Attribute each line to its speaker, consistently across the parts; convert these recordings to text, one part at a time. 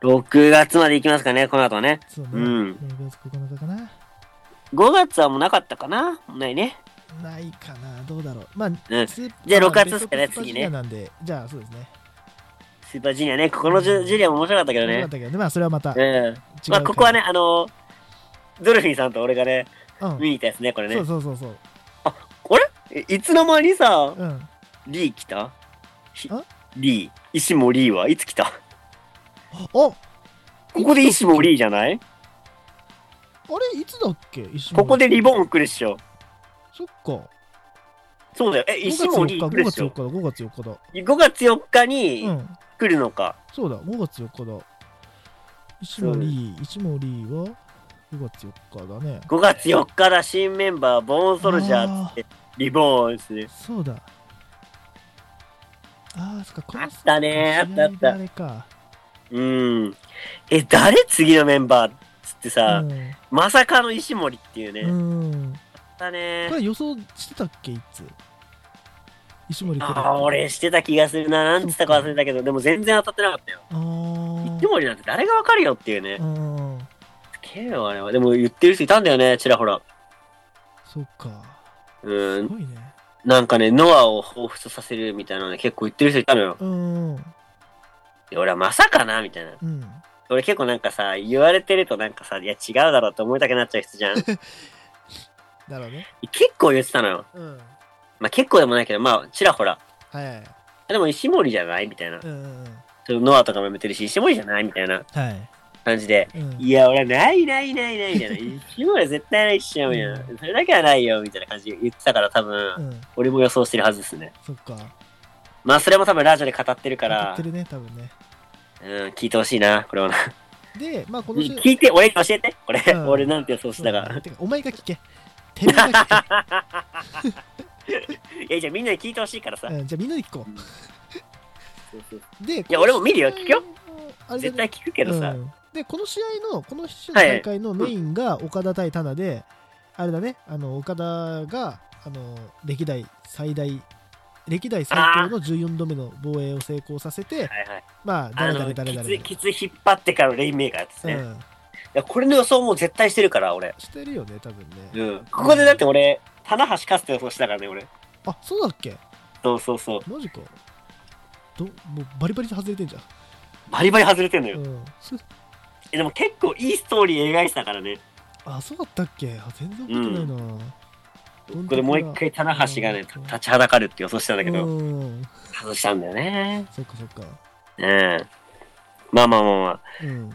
Speaker 1: 6月まで行きますかね、この後はね。
Speaker 2: そうね、
Speaker 1: うん
Speaker 2: 6月9日かな
Speaker 1: 5月はもうなかったかなもうないね。
Speaker 2: ないかなどうだろうま あ、
Speaker 1: うん
Speaker 2: スー
Speaker 1: じゃあ
Speaker 2: ま
Speaker 1: 6月っすかね
Speaker 2: ベスト
Speaker 1: 次ね
Speaker 2: ジュニアなんでじゃあそうですね
Speaker 1: スーパージュニアね。ここのジュジュニアも面白かったけど
Speaker 2: よか
Speaker 1: ね
Speaker 2: っ。たけどねまあそれはまた違う
Speaker 1: うん。まあ、ここはね、あの、ドルフィンさんと俺がね、
Speaker 2: 回、うん
Speaker 1: 見に行ったやつね、これ
Speaker 2: そ
Speaker 1: ね
Speaker 2: う。そうそうそう
Speaker 1: あれいいつの間にさ、
Speaker 2: うん
Speaker 1: リー来たひ
Speaker 2: ん
Speaker 1: リー。石もリーはいつ来た
Speaker 2: お
Speaker 1: ここで石もリーじゃない
Speaker 2: あれいつだっけ石森
Speaker 1: ここでリボン来るっしょ。
Speaker 2: そっか
Speaker 1: そうだよ。え、石もリー来る
Speaker 2: 5
Speaker 1: っし
Speaker 2: 月4
Speaker 1: ょ。
Speaker 2: 日だ5月4日だ
Speaker 1: 5月4日に
Speaker 2: うん
Speaker 1: 来るのか。
Speaker 2: そうだ5月4日だ石森石森は5月4日だね
Speaker 1: 5月4日だ、新メンバー、ボーンソルジャーっつって、リボーンっすね。
Speaker 2: そうだああそっかこの
Speaker 1: あったね
Speaker 2: そか
Speaker 1: あったあった
Speaker 2: 試合であれか
Speaker 1: うん。え、誰次のメンバーっつってさ、まさかの石森っていうね。あ
Speaker 2: う
Speaker 1: っ
Speaker 2: ん、うん、こ
Speaker 1: たね。
Speaker 2: れ予想してたっけいつ石森来る
Speaker 1: ああ、俺してた気がするな。なんつったか忘れたけど、でも全然当たってなかったよ。
Speaker 2: あー
Speaker 1: 石森なんて誰がわかるよっていうね
Speaker 2: う。ん
Speaker 1: すげえよ、あれは。でも言ってる人いたんだよね、ちらほら。
Speaker 2: そっか
Speaker 1: う
Speaker 2: す
Speaker 1: ん。
Speaker 2: ごいね
Speaker 1: なんかね、ノアを彷彿とさせるみたいなのね、結構言ってる人いたのよ。
Speaker 2: うんうん
Speaker 1: いや俺はまさかなみたいな。
Speaker 2: うん
Speaker 1: 俺結構なんかさ、言われてるとなんかさ、いや違うだろうって思いたくなっちゃう人じ ゃん。
Speaker 2: だろうね
Speaker 1: 結構言ってたのよ。
Speaker 2: うん
Speaker 1: まあ結構でもないけど、まあちらほら。
Speaker 2: はいはい
Speaker 1: でも石森じゃないみたいな
Speaker 2: う。んうんうん
Speaker 1: そのノアとかもやめてるし、石森じゃないみたいな
Speaker 2: はい
Speaker 1: 感じで。
Speaker 2: うん
Speaker 1: いや、俺はないないないないみたいな。 石森は絶対ないっしょ、みたいな
Speaker 2: う。
Speaker 1: それだけはないよ、みたいな感じで言ってたから多
Speaker 2: う
Speaker 1: 分、
Speaker 2: ん
Speaker 1: 俺も予想してるはずですね。
Speaker 2: そっか
Speaker 1: まあそれも多分ラジオで語ってるか
Speaker 2: 当たっ
Speaker 1: ら
Speaker 2: て、るね多分ね
Speaker 1: うん、聞いてほしいな、これはな。
Speaker 2: でまあこの週
Speaker 1: 聞いて、俺に教えて、これ。
Speaker 2: うん
Speaker 1: 俺なんて予想してたか。
Speaker 2: てかお前が聞けてめえが聞
Speaker 1: いや、じゃあみんなに聞いてほしいからさ
Speaker 2: け、。うん、じゃあみんなで聞こうでい
Speaker 1: や俺も見るよ聞くよ
Speaker 2: あれだね
Speaker 1: 絶対聞くけどさ。
Speaker 2: うんでこの試合のこの試合の大会のメインが岡田対棚で、あれだねあの岡田があの歴代最大歴代最強の14度目の防衛を成功させて
Speaker 1: はいはい。
Speaker 2: まあ
Speaker 1: あ
Speaker 2: 誰
Speaker 1: の、
Speaker 2: 々誰
Speaker 1: キ
Speaker 2: 々
Speaker 1: ツ、キツ引っ張ってからのレインメーカーですね。い
Speaker 2: うん
Speaker 1: や、これの予想もう絶対してるから、俺。
Speaker 2: してるよね多分ね、
Speaker 1: うん。ここでだって俺、棚橋勝つって予想してたからね、俺。
Speaker 2: あそうだっけ
Speaker 1: そうそうそう。
Speaker 2: マジかどもうバリバリで外れてんじゃ
Speaker 1: バリバリ外れてんの
Speaker 2: ん、
Speaker 1: よ。
Speaker 2: うん、
Speaker 1: えでも結構いいストーリー描いてたからね。
Speaker 2: あそうだったっけあ全然覚えてないな、
Speaker 1: ここでもう一回棚橋がね、立ちはだかるって予想してたんだけど、
Speaker 2: うん
Speaker 1: 外したんだよね。
Speaker 2: そっかそっか
Speaker 1: うん。まあまあまあまあ。
Speaker 2: うん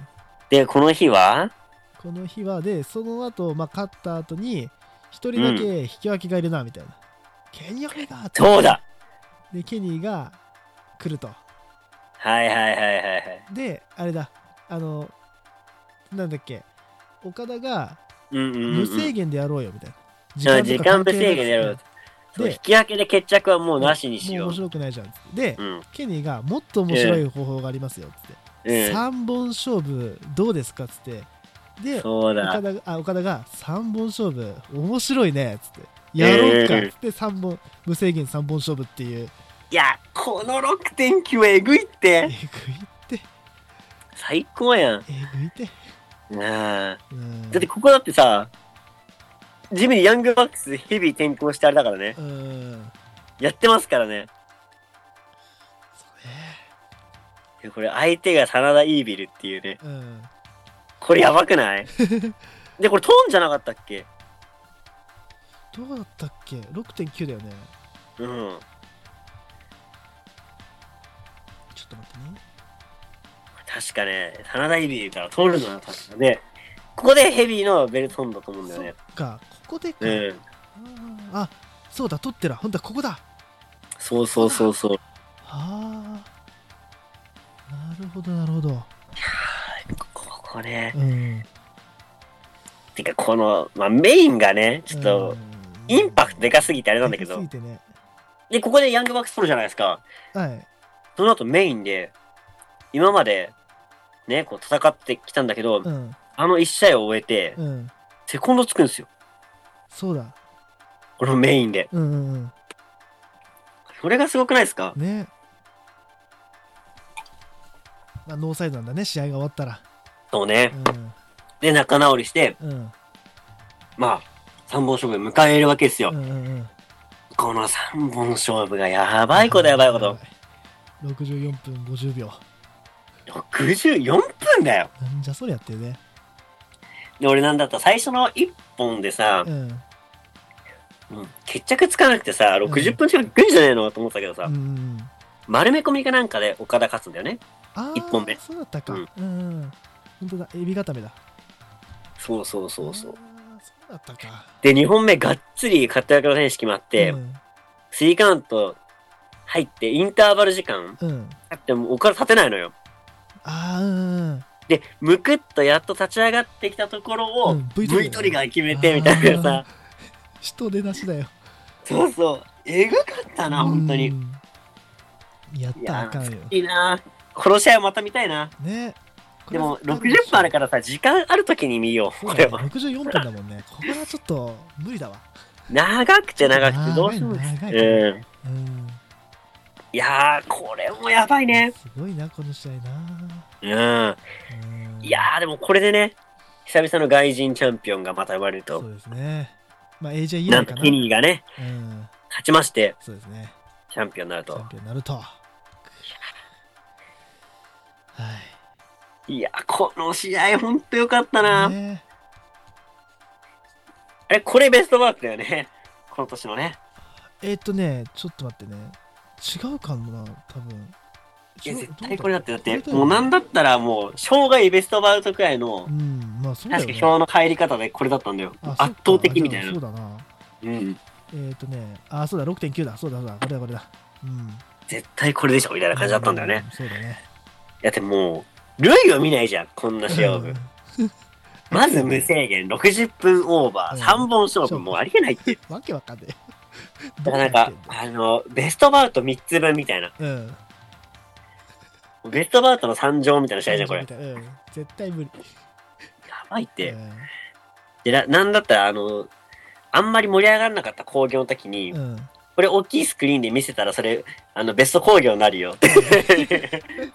Speaker 1: で、この日は
Speaker 2: この日はでその後、まあ勝った後に一人だけ引き分けがいるなみたいな、ケニーオメガーって
Speaker 1: そうだ
Speaker 2: でケニーが来ると
Speaker 1: はいはいはいはいはい。
Speaker 2: であれだあのなんだっけ岡田が
Speaker 1: うんうん、うん。
Speaker 2: 無制限でやろうよみたいな、
Speaker 1: うん
Speaker 2: と
Speaker 1: 時
Speaker 2: か関
Speaker 1: 間無
Speaker 2: 係なく
Speaker 1: 制限でやろう。そう引
Speaker 2: で
Speaker 1: き分けで決着はもうなしにし
Speaker 2: もう
Speaker 1: よ
Speaker 2: 面
Speaker 1: う。
Speaker 2: 白くないじゃんっつってで、
Speaker 1: うん。
Speaker 2: ケニーがもっと面白い方法がありますよっつって、
Speaker 1: う
Speaker 2: 3本勝負どうですかっつってで
Speaker 1: ん。そうだ
Speaker 2: 岡。田があ岡田が3本勝負面白いねっつってやろうかっつって3本無制限3本勝負っていう
Speaker 1: いや、この6.9えぐいっ
Speaker 2: えぐ
Speaker 1: て。
Speaker 2: いって
Speaker 1: 最高やん。
Speaker 2: えぐいって
Speaker 1: うん。だ
Speaker 2: うん
Speaker 1: ってここだってさ、ジミーヤングバックスヘビー転向してあれだからね。
Speaker 2: うん
Speaker 1: やってますからね。
Speaker 2: そうね
Speaker 1: いやこれ相手が真田イービルっていうね。
Speaker 2: うん
Speaker 1: これやばくない で、これトンじゃなかったっけ
Speaker 2: どうだったっけ6.9だよね
Speaker 1: うん。
Speaker 2: ちょっと待ってね
Speaker 1: 確かね、真田イービルからトンるのな、確かね。ここでヘビーのベルトンだと思うんだよ
Speaker 2: そ
Speaker 1: ね。
Speaker 2: っかここでか、
Speaker 1: うん。
Speaker 2: あそうだ取ってらほんとはここだ
Speaker 1: そうそうそうそう。
Speaker 2: あーなるほどなるほど
Speaker 1: ここね。
Speaker 2: うん
Speaker 1: てか、この、まあ、メインがね、ちょっと、インパクトでかすぎてあれなんだけ
Speaker 2: で
Speaker 1: ど
Speaker 2: かす、ぎてね
Speaker 1: で、ここでヤングバックス取るじゃないですか。
Speaker 2: はい
Speaker 1: その後メインで、今まで、ね、こう戦ってきたんだけど、
Speaker 2: うん
Speaker 1: あの1試合を終えて、
Speaker 2: うん
Speaker 1: セコンドつくんですよ。
Speaker 2: そうだ
Speaker 1: このメインで。
Speaker 2: うんうんうん
Speaker 1: それがすごくないですか
Speaker 2: ねまあ、ノーサイドなんだね、試合が終わったら。
Speaker 1: そうね。
Speaker 2: う
Speaker 1: で、仲直りして、
Speaker 2: ん。うん。
Speaker 1: まあ、三本勝負迎えるわけですよ。
Speaker 2: うんうんうん。
Speaker 1: この三本勝負がやばいことやばいこと。。
Speaker 2: 64分50秒。
Speaker 1: 64分だよ。
Speaker 2: なんじゃそりゃっていうね。
Speaker 1: で、俺なんだったら最初の1本でさ
Speaker 2: う、ん。
Speaker 1: うん決着つかなくてさ、60分近く来るんじゃねえのと思ったけどさ、
Speaker 2: うん。
Speaker 1: 丸め込みかなんかで岡田勝つんだよね。
Speaker 2: ああ、
Speaker 1: 一本目
Speaker 2: そうだったか。
Speaker 1: う
Speaker 2: うんん。うん、本当だ、エビ固めだ。
Speaker 1: そうそうそうそう。
Speaker 2: あーそうだったか。
Speaker 1: で、2本目がっつり活躍の選手決まって、
Speaker 2: うん。
Speaker 1: スリーカウント入って、インターバル時間
Speaker 2: うん、
Speaker 1: あっても、おから立てないのよ。
Speaker 2: ああ、うん
Speaker 1: で、むくっとやっと立ち上がってきたところを、
Speaker 2: うん
Speaker 1: V トリ
Speaker 2: V トリ
Speaker 1: ガ
Speaker 2: ガ
Speaker 1: ー決めて、みたいなさ
Speaker 2: あ。ー。人出なしだよ。
Speaker 1: そうそう。えぐかったな、本当に。
Speaker 2: う
Speaker 1: い
Speaker 2: ん。やったら
Speaker 1: や
Speaker 2: あかんよ
Speaker 1: ー、。いいな。この試合をまた見たいな。
Speaker 2: ね。
Speaker 1: でも、60分あるからさ、時間あるときに見よう、
Speaker 2: そう
Speaker 1: こ
Speaker 2: だ
Speaker 1: れ
Speaker 2: よ
Speaker 1: は。
Speaker 2: 64分だもんね。ここはちょっと無理だわ。
Speaker 1: 長くて長くて、どうしても。
Speaker 2: 長い長
Speaker 1: うん。
Speaker 2: うん。
Speaker 1: いやー、これもやばいね。
Speaker 2: すごいな、この試合な。
Speaker 1: うん。
Speaker 2: うん
Speaker 1: いやー、でもこれでね、久々の外人チャンピオンがまた生まれる
Speaker 2: そ
Speaker 1: と、
Speaker 2: うですね。まあ、AJ 以
Speaker 1: なん
Speaker 2: 来か
Speaker 1: と
Speaker 2: な。
Speaker 1: ケニーがね、
Speaker 2: うん。
Speaker 1: 勝ちまして、
Speaker 2: そうですね。
Speaker 1: チャンピオンになる
Speaker 2: チャ
Speaker 1: と
Speaker 2: ン。ピオンになると。はい。
Speaker 1: いやー、この試合、ほんとよかったな。
Speaker 2: ね
Speaker 1: え、これベストワークだよね。この年のね。
Speaker 2: えーっとね、ちょっと待ってね。違うかもな、多分。
Speaker 1: いや、
Speaker 2: 違う
Speaker 1: 絶対これだって、だっ
Speaker 2: ど
Speaker 1: て
Speaker 2: う、だよね
Speaker 1: もうなんだったらもう、生涯ベストバウトくらいの
Speaker 2: う、ん、まあそうだよ
Speaker 1: 確
Speaker 2: ね。
Speaker 1: か表の入り方でこれだったんだよ。
Speaker 2: あ
Speaker 1: 圧倒的みたい
Speaker 2: そ
Speaker 1: な
Speaker 2: う。かあじゃあそうだな。
Speaker 1: うん。
Speaker 2: えーっ、とね、あ、そうだ、6.9だ。そうだ、そうだ、これだ、これだ。うん。
Speaker 1: 絶対これでしょ、みたいな感じだったんだよね。
Speaker 2: う。そうだね。
Speaker 1: だってもう、類を見ないじゃん、こんな勝負。まず無制限、60分オーバ
Speaker 2: う
Speaker 1: ー、
Speaker 2: ん
Speaker 1: 3本勝負、もうありえないって。
Speaker 2: わけわかんねえ。
Speaker 1: だからなんか、あの、ベストバウト3つ分みたいな。
Speaker 2: うん。
Speaker 1: ベストバウトの3乗みたいな試合じゃん、これ。や
Speaker 2: うん。絶対無理。
Speaker 1: ばいって
Speaker 2: う。ん
Speaker 1: で、ななんだったら、あの、あんまり盛り上がらなかった工業の時に、
Speaker 2: うん。
Speaker 1: これ大きいスクリーンで見せたら、それ、あの、ベスト工業になる よって。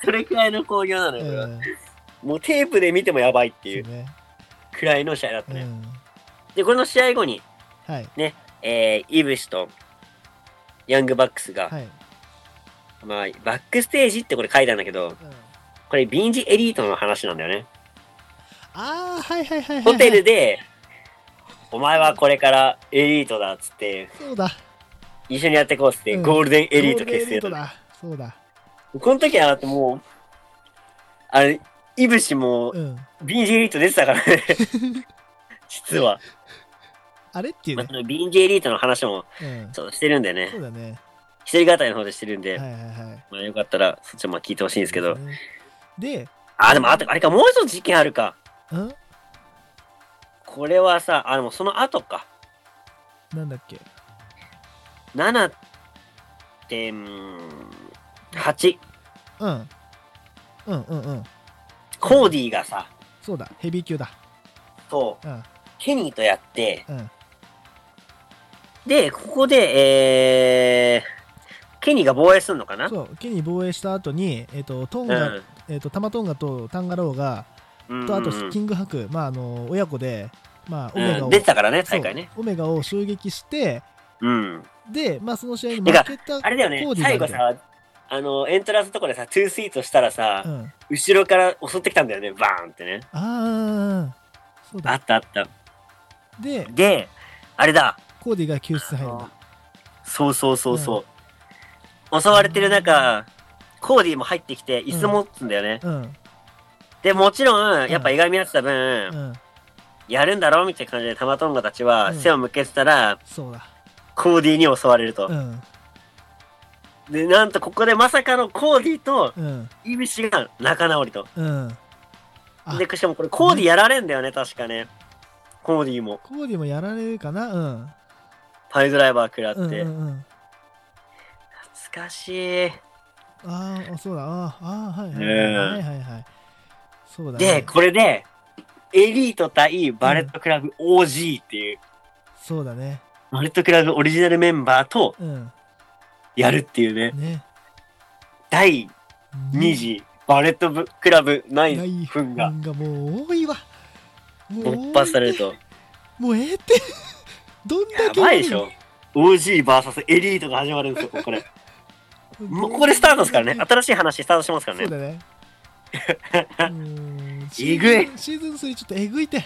Speaker 1: それくらいの工業なのよ、これは
Speaker 2: うん
Speaker 1: もうテープで見てもやばいっていう
Speaker 2: そうね。
Speaker 1: くらいの試合だった
Speaker 2: う
Speaker 1: ね。
Speaker 2: ん。
Speaker 1: で、この試合後に、
Speaker 2: はい。
Speaker 1: えー、イブシとヤングバックスが、
Speaker 2: はい。
Speaker 1: まあ、バックステージってこれ書いたんだけど、
Speaker 2: うん
Speaker 1: これ、ビンジエリートの話なんだよね。
Speaker 2: ああ、はいはいはいはい。
Speaker 1: ホテルで、お前はこれからエリートだっつって、
Speaker 2: そうだ。
Speaker 1: 一緒にやってこうっつって、
Speaker 2: うん
Speaker 1: ゴールデンエリート結
Speaker 2: ゴールデンエリ
Speaker 1: 成
Speaker 2: ート
Speaker 1: だ。
Speaker 2: だ。そうだ。
Speaker 1: この時はだってもう、あれ、イブシも
Speaker 2: う、ん。
Speaker 1: ビンジエリート出てたから ね。実は。
Speaker 2: あれっていう
Speaker 1: まあ、
Speaker 2: ね
Speaker 1: そ。のビンジエリートの話も、
Speaker 2: うん。
Speaker 1: そうしてるんで
Speaker 2: そう
Speaker 1: ね。
Speaker 2: だね。
Speaker 1: 一人語りの方でしてるん
Speaker 2: は
Speaker 1: で、
Speaker 2: いはいはい。
Speaker 1: まあよかったら、そっちも聞いてほしいんですけど。
Speaker 2: で、
Speaker 1: あ、でもあと、あれか、もう一つ事件あるか。
Speaker 2: うん
Speaker 1: これはさ、あ、でもその後か。
Speaker 2: なんだっけ
Speaker 1: 7.8
Speaker 2: うん。うんうんうん。
Speaker 1: コーディがさ
Speaker 2: そうだ。ヘビー級だ。
Speaker 1: と
Speaker 2: うん
Speaker 1: ケニーとやって
Speaker 2: うん。
Speaker 1: でここでえー、ケニーが防衛するのかな
Speaker 2: そう、ケニー防衛した後に、えっと、トン
Speaker 1: う
Speaker 2: ガ
Speaker 1: ん、
Speaker 2: えっと、タマトンガとタンガローが、
Speaker 1: うん
Speaker 2: と、あと
Speaker 1: う、ん
Speaker 2: キングハク、まあ、あの、親子で、まあ、オメ
Speaker 1: う
Speaker 2: ガ
Speaker 1: ん、
Speaker 2: を
Speaker 1: 出、てたからね
Speaker 2: そう
Speaker 1: 大会ね
Speaker 2: オメガを襲撃して、
Speaker 1: うん
Speaker 2: で、まあ、その試合
Speaker 1: て
Speaker 2: に負け
Speaker 1: か
Speaker 2: た。
Speaker 1: あれだよね
Speaker 2: コーディが
Speaker 1: 最
Speaker 2: いる
Speaker 1: 後さあのエントランスのところでさトゥースイートしたらさ、
Speaker 2: うん。
Speaker 1: 後ろから襲ってきたんだよねバーンってね
Speaker 2: ああ、そう
Speaker 1: あ
Speaker 2: だ。
Speaker 1: ったあった
Speaker 2: で、
Speaker 1: であれだ
Speaker 2: コーディが救出入るんだ。
Speaker 1: そうそうそうそう、襲われてる中コーディも入ってきて椅子持つんだよね、
Speaker 2: うん。
Speaker 1: でもちろん
Speaker 2: ん
Speaker 1: やっぱいがみ合ってた分、
Speaker 2: うん。
Speaker 1: やるんだろうみたいな感じでタマトンガたちは
Speaker 2: うん
Speaker 1: 背を向けてたら、
Speaker 2: そうだ。
Speaker 1: コーディに襲われると
Speaker 2: う、ん。
Speaker 1: でなんとここでまさかのコーディと
Speaker 2: うん。
Speaker 1: イブシが仲直りと
Speaker 2: うん。あ
Speaker 1: でしかもこれコーディやられんだよね確かねコーディも
Speaker 2: コーディもやられるかなうん。
Speaker 1: パイドライバー食らって、
Speaker 2: うんうんうん。
Speaker 1: 懐かしい
Speaker 2: あーあ、そうだ。あーあー、はいはい。
Speaker 1: ねえ
Speaker 2: はいはいはい。そうだ、ね。
Speaker 1: でこれでエリート対バレットクラブ OG っていう、
Speaker 2: そうだね。
Speaker 1: バレットクラブオリジナルメンバーと
Speaker 2: うん。
Speaker 1: やるっていうね
Speaker 2: ね。
Speaker 1: 第2次バレットブクラブナ
Speaker 2: ナ
Speaker 1: イ
Speaker 2: イ
Speaker 1: フ
Speaker 2: フ
Speaker 1: ンが
Speaker 2: ンがもう多いわもう多い
Speaker 1: 突破されると、
Speaker 2: もうええってどんだけ
Speaker 1: やばいでしょ OGVS エリートが始まるんですよ、 これ。もうここでスタートですからね。新しい話スタートしますから
Speaker 2: そう
Speaker 1: ね。
Speaker 2: だね うーんシーズン
Speaker 1: えぐ
Speaker 2: シーズン3ちょっとえぐいて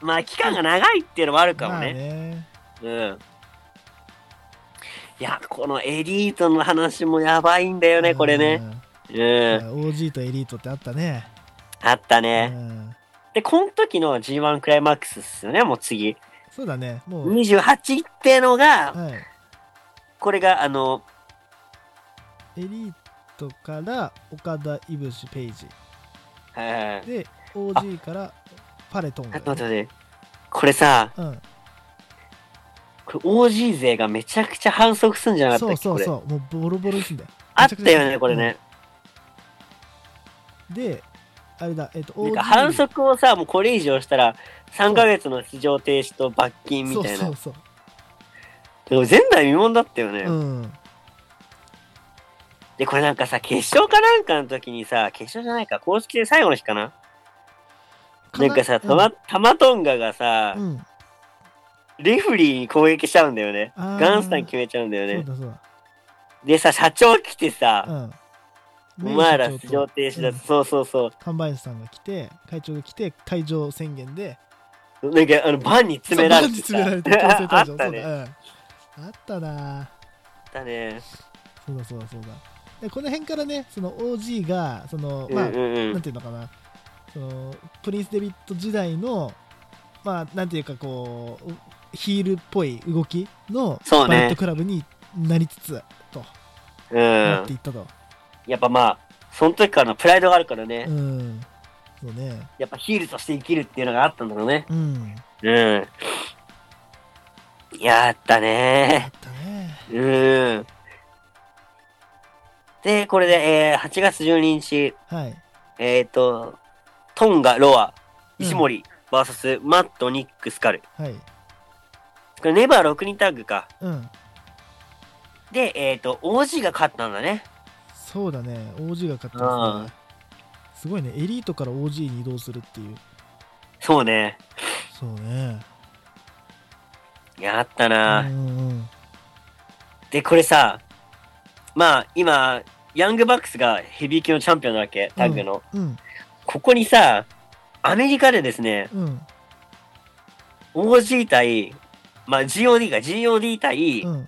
Speaker 1: まあ、期間が長いっていうのもあるかも
Speaker 2: まあ
Speaker 1: ね。
Speaker 2: ね
Speaker 1: うん。いや、このエリートの話もやばいんだよね、これね。う
Speaker 2: うん
Speaker 1: ん。
Speaker 2: OG とエリートってあったね
Speaker 1: あった
Speaker 2: う
Speaker 1: ね。
Speaker 2: ん
Speaker 1: で、この時の G1 クライマックスっすよね、もう次。
Speaker 2: そうだねもう
Speaker 1: 28ってのが、
Speaker 2: はい
Speaker 1: これが、あの、
Speaker 2: エリートから岡田いぶしペイジ
Speaker 1: はいはいはい
Speaker 2: で OG からパレトン
Speaker 1: あ
Speaker 2: だ
Speaker 1: と
Speaker 2: よ
Speaker 1: 待
Speaker 2: ね
Speaker 1: って待って。これさ、
Speaker 2: うん
Speaker 1: これ OG 勢がめちゃくちゃ反則すんじゃなか
Speaker 2: そ
Speaker 1: った
Speaker 2: う
Speaker 1: っけこ
Speaker 2: そう
Speaker 1: れ。
Speaker 2: そうもうボロボロにすんだよ
Speaker 1: あったよね、これね。
Speaker 2: であれだえっと
Speaker 1: なんか
Speaker 2: OG
Speaker 1: 反則をさ、もうこれ以上したら、3ヶ月の非常停止と罰金み
Speaker 2: そう
Speaker 1: たいな。
Speaker 2: そうそう
Speaker 1: でも前代未聞だったよね。
Speaker 2: うん
Speaker 1: で、これなんかさ、決勝かなんかの時にさ、決勝じゃないか、公式で最後の日かな。なんかさ、たま、たまトンガがさ
Speaker 2: う、んうん
Speaker 1: レフリーに攻撃しちゃうんだよね。
Speaker 2: あー
Speaker 1: ガンスタン決めちゃうんだよ
Speaker 2: そう
Speaker 1: ね。
Speaker 2: だそうだ
Speaker 1: でさ、社長来てさ、
Speaker 2: う
Speaker 1: お
Speaker 2: ん。
Speaker 1: 前ら出場停止だ、
Speaker 2: うん
Speaker 1: そうそうそ
Speaker 2: カンバインさんが来て、会長が来て、退場宣言で、
Speaker 1: う。なんか、あの、バンに詰められて
Speaker 2: そう
Speaker 1: さ。
Speaker 2: バンに 詰められて、強制退場。
Speaker 1: あった
Speaker 2: そう
Speaker 1: ね。
Speaker 2: だ、うん。あったなぁ
Speaker 1: あったね。
Speaker 2: そうだそうだそうだ。で、この辺からね、その OG が、その、
Speaker 1: うん
Speaker 2: まあ、
Speaker 1: うんう
Speaker 2: なん
Speaker 1: ん。
Speaker 2: ていうのかな、その、プリンス・デビット時代の、まあ、なんていうか、こう、ヒールっぽい動きの、
Speaker 1: そうね
Speaker 2: バレットクラブになりつつ、と、
Speaker 1: う
Speaker 2: なって
Speaker 1: ん。
Speaker 2: いったと。
Speaker 1: やっぱまあ、その時からのプライドがあるからね
Speaker 2: う、ん。そうね。
Speaker 1: やっぱヒールとして生きるっていうのがあったんだろうね。
Speaker 2: うん。
Speaker 1: うん。いや、あったね
Speaker 2: あ。ったね。
Speaker 1: うん。で、これで、えー8月12日、
Speaker 2: はい。
Speaker 1: えっ、と、トンガ、ロア、
Speaker 2: うん
Speaker 1: 石森、VS、マット、ニック、スカル。
Speaker 2: はい。
Speaker 1: これ、ネバー6人タッグか。
Speaker 2: うん。
Speaker 1: で、えっ、と、OG が勝ったんだね。
Speaker 2: そうだね、OG が勝ってますね。すごいね、エリートから OG に移動するっていう。
Speaker 1: そうね。
Speaker 2: そうね。
Speaker 1: いや、あった
Speaker 2: う
Speaker 1: な、
Speaker 2: んうん。
Speaker 1: で、これさ、まあ、今、ヤングバックスがヘビー級のチャンピオンなわけ、タッグの。
Speaker 2: うん。
Speaker 1: ここにさ、アメリカでですね、
Speaker 2: うん。
Speaker 1: OG 対、まあ、GOD が GOD 対、
Speaker 2: うん。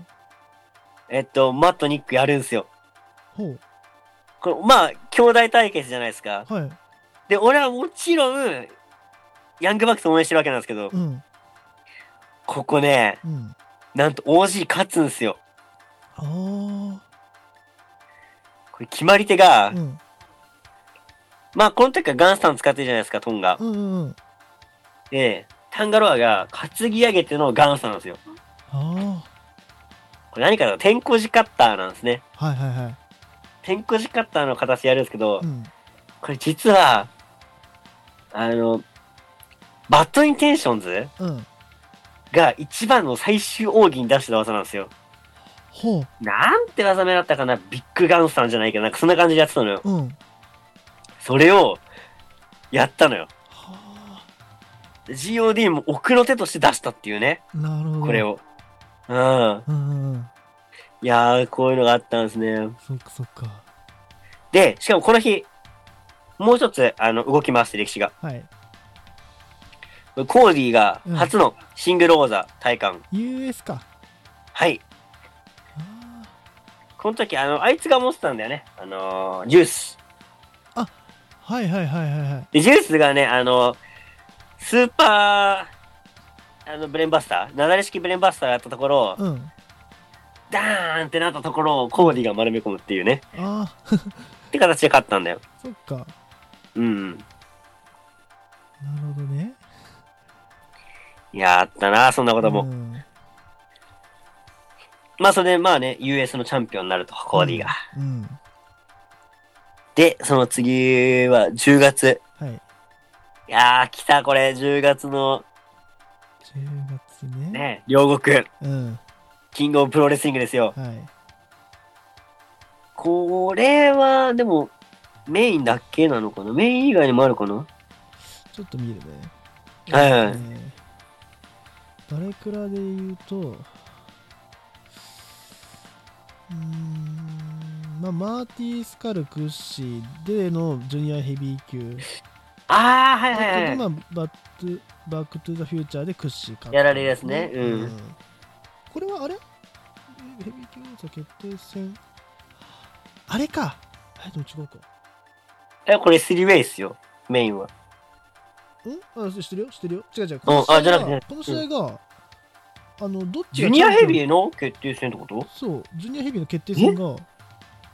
Speaker 1: えっと、マット・ニックやるんすよ。
Speaker 2: ほう。
Speaker 1: これまあ、兄弟対決じゃないですか。
Speaker 2: はい。
Speaker 1: で、俺はもちろん、ヤングバックス応援してるわけなんですけど
Speaker 2: う、ん。
Speaker 1: ここね、
Speaker 2: うん。
Speaker 1: なんと OG 勝つんすよ。
Speaker 2: ああ。
Speaker 1: これ決まり手が、
Speaker 2: うん。
Speaker 1: まあ、この時はガンスタン使ってるじゃないですか、トンが
Speaker 2: う。んうんうん。
Speaker 1: で、タンガロアが担ぎ上げてのガンスタンなんですよ。
Speaker 2: あ
Speaker 1: これ何かというと、天候時カッターなんですね。
Speaker 2: あ。はいはいはい。
Speaker 1: 天候時カッターの形やるんですけど
Speaker 2: う、ん。
Speaker 1: これ実は、あの、バッドインテンションズ
Speaker 2: うん。
Speaker 1: が一番の最終奥義に出してた技なんですよ。
Speaker 2: ほう。
Speaker 1: なんて技名だったかなビッグガンさんじゃないけど、なんかそんな感じでやってたのよ。
Speaker 2: うん。は
Speaker 1: それを、やったのよ。
Speaker 2: あ。
Speaker 1: で GOD も奥の手として出したっていうね、
Speaker 2: なるほど。
Speaker 1: これ。を。うん。
Speaker 2: うんうんうん。
Speaker 1: いやー、こういうのがあったんですね。
Speaker 2: そっかそっか。
Speaker 1: で、しかもこの日、もう一つ、あの、動きます、歴史が。
Speaker 2: はい。
Speaker 1: コーディが
Speaker 2: うん
Speaker 1: 初のシングル王座体感。
Speaker 2: US か。
Speaker 1: はい。
Speaker 2: あ
Speaker 1: この時、あの、あいつが持ってたんだよね。あのージュース。
Speaker 2: あ。はいはいはいはいはい。
Speaker 1: で、ジュースがね、あの、スーパー、あの、ブレーンバスター、なだれ式ブレーンバスターやったところ、
Speaker 2: うん。
Speaker 1: ダーンってなったところをコーディが丸め込むっていうね、
Speaker 2: ああ。
Speaker 1: って形で勝ったんだよ。
Speaker 2: そっか。
Speaker 1: うん。
Speaker 2: なるほどね。
Speaker 1: いやあったな、そんなことも。
Speaker 2: うん
Speaker 1: まあ、それで、まあね、US のチャンピオンになると、コーディが。
Speaker 2: うん。
Speaker 1: で、その次は10月。
Speaker 2: はい。
Speaker 1: いやー、来た、これ、10月の
Speaker 2: 10月ね。
Speaker 1: ね、両国、
Speaker 2: うん。
Speaker 1: キングオブプロレスリングですよ。
Speaker 2: はい。
Speaker 1: これは、でも、メインだけなのかなメイン以外にもあるかな
Speaker 2: ちょっと見るね。
Speaker 1: はいはい
Speaker 2: えーバレクラで言うと、うーん、まあ、マーティー・スカル屈指でのジュニアヘビー級。
Speaker 1: ああ、はいはいはい。
Speaker 2: まあ、バック・バック・トゥ・ザ・フューチャーで屈指か。
Speaker 1: やられるやつねうん
Speaker 2: これはあれヘビー級王座決定戦。あれか。はい、でも違うか。
Speaker 1: え、これ 3way っすよ。メインは。
Speaker 2: んあ、知ってるよ、知ってるよ。違う違う。
Speaker 1: うんあじゃなくて
Speaker 2: この試合が、あの、どっち
Speaker 1: ジュニアヘビ
Speaker 2: ー
Speaker 1: ーの決定戦ってこと
Speaker 2: そう、ジュニアヘビーの決定戦が、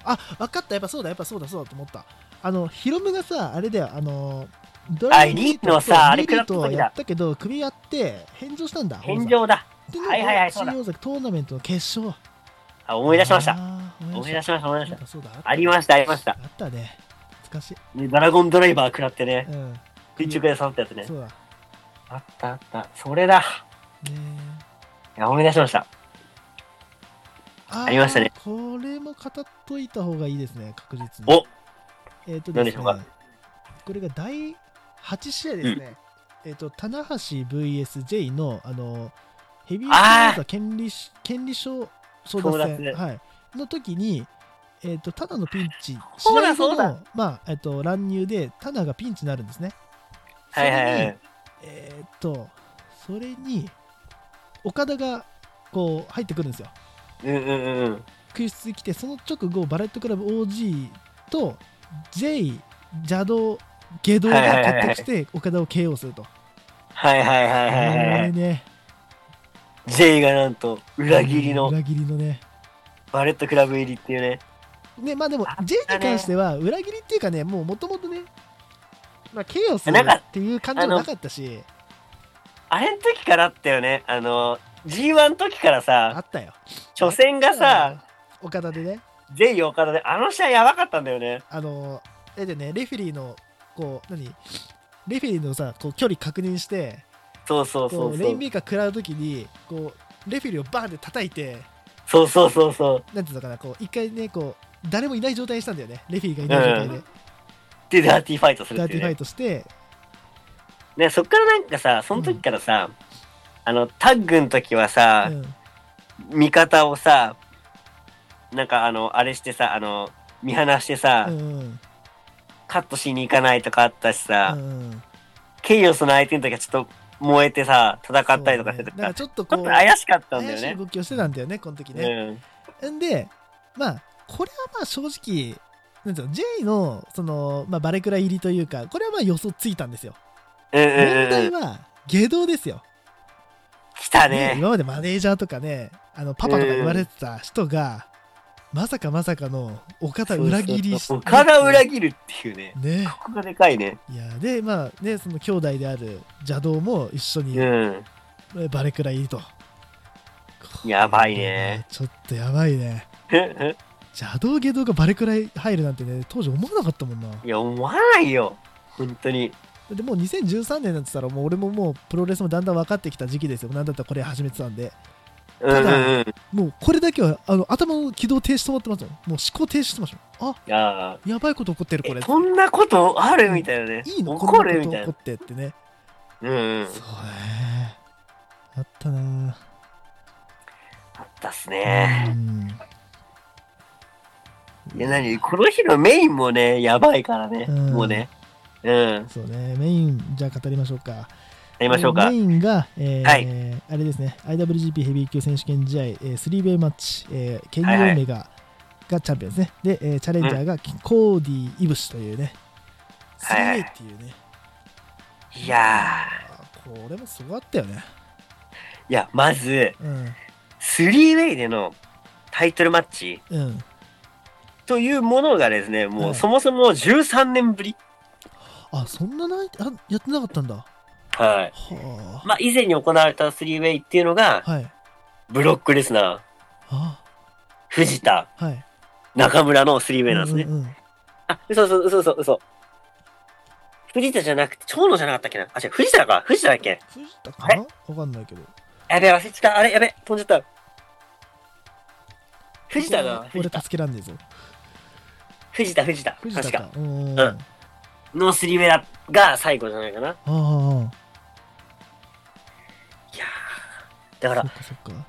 Speaker 2: あ、わかった、やっぱそうだ、やっぱそうだ、そうだと思った。あの、ヒロムがさ、あれだよ、あの、ド
Speaker 1: あリーチのさ
Speaker 2: そう
Speaker 1: あれ
Speaker 2: リー
Speaker 1: 食ら
Speaker 2: チ
Speaker 1: った時だ
Speaker 2: とやったけど、組み合って、返上したんだ。
Speaker 1: 返上だ。
Speaker 2: 王座
Speaker 1: はいはいはいそうだ
Speaker 2: 新王座トーナメントの決勝。
Speaker 1: あ、思い出しました。
Speaker 2: あー
Speaker 1: 思い出しました、思い出し
Speaker 2: そう
Speaker 1: た。
Speaker 2: だそうだ
Speaker 1: ありました、ありました。
Speaker 2: あったね。懐かしい。
Speaker 1: ねドラゴンドライバー食らってね。
Speaker 2: うん。
Speaker 1: 空中で触ったやつね
Speaker 2: そ。うだ。ね
Speaker 1: あったあった。それだ。いや、思い出しました。
Speaker 2: あー
Speaker 1: ありましたね。
Speaker 2: これも語っといた方がいいですね、確実に。
Speaker 1: お
Speaker 2: えっと
Speaker 1: 何
Speaker 2: で
Speaker 1: ですし
Speaker 2: ね
Speaker 1: ょうか、
Speaker 2: これが第8試合ですね。えっと、棚橋 VSJ の、あの、ヘビー
Speaker 1: あー
Speaker 2: 級王座権利し、権利賞争奪
Speaker 1: 争奪
Speaker 2: 戦、
Speaker 1: ね
Speaker 2: はい、の時に、えっと、タナのピンチ、
Speaker 1: そうだ
Speaker 2: 試合後
Speaker 1: そう
Speaker 2: の、まあ、えっと、乱入で、タナがピンチになるんですね。
Speaker 1: はいはいは
Speaker 2: それに
Speaker 1: い。
Speaker 2: えーっとそれに岡田がこう入ってくるんですよ
Speaker 1: うんうんうんうん。
Speaker 2: 救出に来てその直後バレットクラブ OG と J 邪道下道が勝ってきて岡田を KO すると、
Speaker 1: はいはいはいはいはいは
Speaker 2: こ
Speaker 1: い。
Speaker 2: れね
Speaker 1: J がなんと裏切りの
Speaker 2: 裏切りのね
Speaker 1: バレットクラブ入りっていうね。
Speaker 2: ねまあでも
Speaker 1: あったね
Speaker 2: J に関しては裏切りっていうかねもうもともとねまあ KO する
Speaker 1: なんか
Speaker 2: っていう感じもなかったし
Speaker 1: あれの時からあったよね。あの、G1 の時から
Speaker 2: あ
Speaker 1: さ、
Speaker 2: ったよ
Speaker 1: 初戦がさ、
Speaker 2: うん岡田でね
Speaker 1: J 岡田で、あの試合やばかったんだよね。
Speaker 2: あの、えでね、レフェリーの、こう、何レフェリーのさ、こう距離確認して、
Speaker 1: そうそうそ
Speaker 2: こ
Speaker 1: う
Speaker 2: う
Speaker 1: そ
Speaker 2: レイ
Speaker 1: う
Speaker 2: ン。メーカー食らうときに、こう、レフェリーをバーンって叩いて、
Speaker 1: そうそうそうそう。
Speaker 2: なんていうのかな、こう、一回ね、こう、誰もいない状態にしたんだよね。レフェリーがいない状態
Speaker 1: で、
Speaker 2: で、
Speaker 1: ダーティーファイトするっ
Speaker 2: ダー
Speaker 1: て
Speaker 2: ティ
Speaker 1: いう
Speaker 2: ーファ
Speaker 1: ね
Speaker 2: イ。トして、
Speaker 1: ね、そっからなんかさ、その時からさ、あの、タッグの時はさ、
Speaker 2: うん、
Speaker 1: 味方をさなんかあのあれしてさあの見放してさ、
Speaker 2: うん、うん
Speaker 1: カットしに行かないとかあったしさ、
Speaker 2: うん。
Speaker 1: ケイオスの相手の時はちょっと燃えてさ戦ったりとかして
Speaker 2: そう
Speaker 1: た
Speaker 2: ねだ
Speaker 1: か、
Speaker 2: かららちょっと
Speaker 1: ちょ
Speaker 2: こ
Speaker 1: っ
Speaker 2: う、
Speaker 1: と怪しかったんだ
Speaker 2: 怪
Speaker 1: よ
Speaker 2: しい
Speaker 1: ね。
Speaker 2: 動きをしてたんだよね、この時ね。
Speaker 1: うん、
Speaker 2: んで、まあ、これはまあ正直、なんていうの、J の、その、まあ、バレクラ入りというか、これはまあ予想ついたんですよ。
Speaker 1: うんうん
Speaker 2: 問
Speaker 1: うんう
Speaker 2: 題
Speaker 1: ん
Speaker 2: は下道ですよ、
Speaker 1: 来た
Speaker 2: ね
Speaker 1: ね
Speaker 2: 今までマネージャーとかねあのパパとか言われてた人が、まさかまさかの岡田裏切り
Speaker 1: そうそうそう岡田裏
Speaker 2: 切
Speaker 1: 切るっていうね
Speaker 2: りね
Speaker 1: ここがでかいね
Speaker 2: いやでまあねその兄弟である邪道も一緒に
Speaker 1: うん
Speaker 2: バレくらいいると、
Speaker 1: やばいね
Speaker 2: ちょっとやばいね邪道下道がバレくらい入るなんてね当時思わなかったもんない
Speaker 1: や思わ ないよ本当に
Speaker 2: でもう2013年なんて言ったらもう俺ももうプロレスもだんだん分かってきた時期ですよなんだったらこれ始めてたんで
Speaker 1: うんうんうんい
Speaker 2: もうこれだけはあの頭の軌道停止止まってますもん。もう思考停止してますもん。あ
Speaker 1: や
Speaker 2: やばいこと起こってるこれ
Speaker 1: ー。そんなことあるみたいなね
Speaker 2: いいの
Speaker 1: 怒
Speaker 2: こん
Speaker 1: る
Speaker 2: な
Speaker 1: み
Speaker 2: こと
Speaker 1: た
Speaker 2: 起
Speaker 1: いな
Speaker 2: こってってね。
Speaker 1: うんうん
Speaker 2: そうね。あったな
Speaker 1: あったっす
Speaker 2: ぁ。
Speaker 1: ね
Speaker 2: うん。
Speaker 1: いや、なに、この日のメインもね、やばいからね、
Speaker 2: うん
Speaker 1: もうね。うん、
Speaker 2: そうね。メイン、じゃあ語りましょうか。
Speaker 1: やりましょうか
Speaker 2: メ。インが、えー
Speaker 1: はい
Speaker 2: あれですね、IWGP ヘビー級選手権試合、えー、3ウェイマッチ、えーケニ
Speaker 1: はいは
Speaker 2: ー・
Speaker 1: い
Speaker 2: オメガがチャンピオンですね。で、えーチャレンジャーがコーディー・イブシというね、3ウ
Speaker 1: はいは
Speaker 2: ェ
Speaker 1: い
Speaker 2: イっていうね、
Speaker 1: いや
Speaker 2: あこれもすごかったよね。
Speaker 1: ー、いや、まず、
Speaker 2: うん。
Speaker 1: 3ウェイでのタイトルマッチ
Speaker 2: うん。
Speaker 1: というものがですね、も
Speaker 2: はいう
Speaker 1: そもそも13年ぶり。
Speaker 2: あそんなないあやってなかったんだは
Speaker 1: はい。
Speaker 2: あ、
Speaker 1: まあ、以前に行われた3ウェイっていうのが、
Speaker 2: はい
Speaker 1: ブロックレスナー、
Speaker 2: あ
Speaker 1: 藤田、
Speaker 2: はい
Speaker 1: 中村の3ウェイなんですね。
Speaker 2: うんうんうん
Speaker 1: あ、嘘嘘嘘嘘嘘。藤田じゃなくて、長野じゃなかったっけなあ、違う、藤田か。藤田だっけ
Speaker 2: 藤田か
Speaker 1: あ
Speaker 2: なわかんないけど
Speaker 1: やべえ、忘れてた。あれ、やべえ、飛んじゃった。藤田が、
Speaker 2: 俺
Speaker 1: 藤
Speaker 2: 俺
Speaker 1: 田。
Speaker 2: 助けらんねえぞ
Speaker 1: 藤田、藤田。
Speaker 2: 藤
Speaker 1: 確
Speaker 2: 田
Speaker 1: か。
Speaker 2: か。うん。
Speaker 1: ん
Speaker 2: あ
Speaker 1: のスリー目だが最後じゃないかな。
Speaker 2: あああ、
Speaker 1: いやーだから、
Speaker 2: そっかそっか。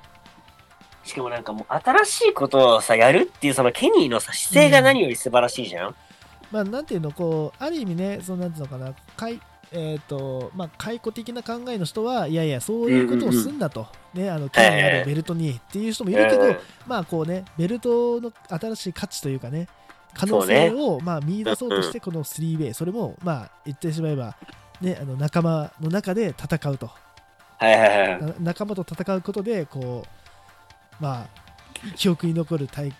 Speaker 1: しかもなんかもう新しいことをさ、やるっていうそのケニーのさ、姿勢が何より素晴らしいじゃん。
Speaker 2: まあ、なんていうの、こう、ある意味ね、そのなんていうのかな、かいえっ、と、まあ、解雇的な考えの人は、いやいや、そういうことをすんだと、ね、あの、権威あるベルトにっていう人もいるけど、
Speaker 1: うん
Speaker 2: まあ、こうね、ベルトの新しい価値というかね、可能性を、まあ、見出そうとして、このスリーウェイ、それも、まあ、言ってしまえば、ね、あの仲間の中で戦うと、
Speaker 1: はいはいはい。
Speaker 2: な仲間と戦うことで、こう、まあ、記憶に残る対、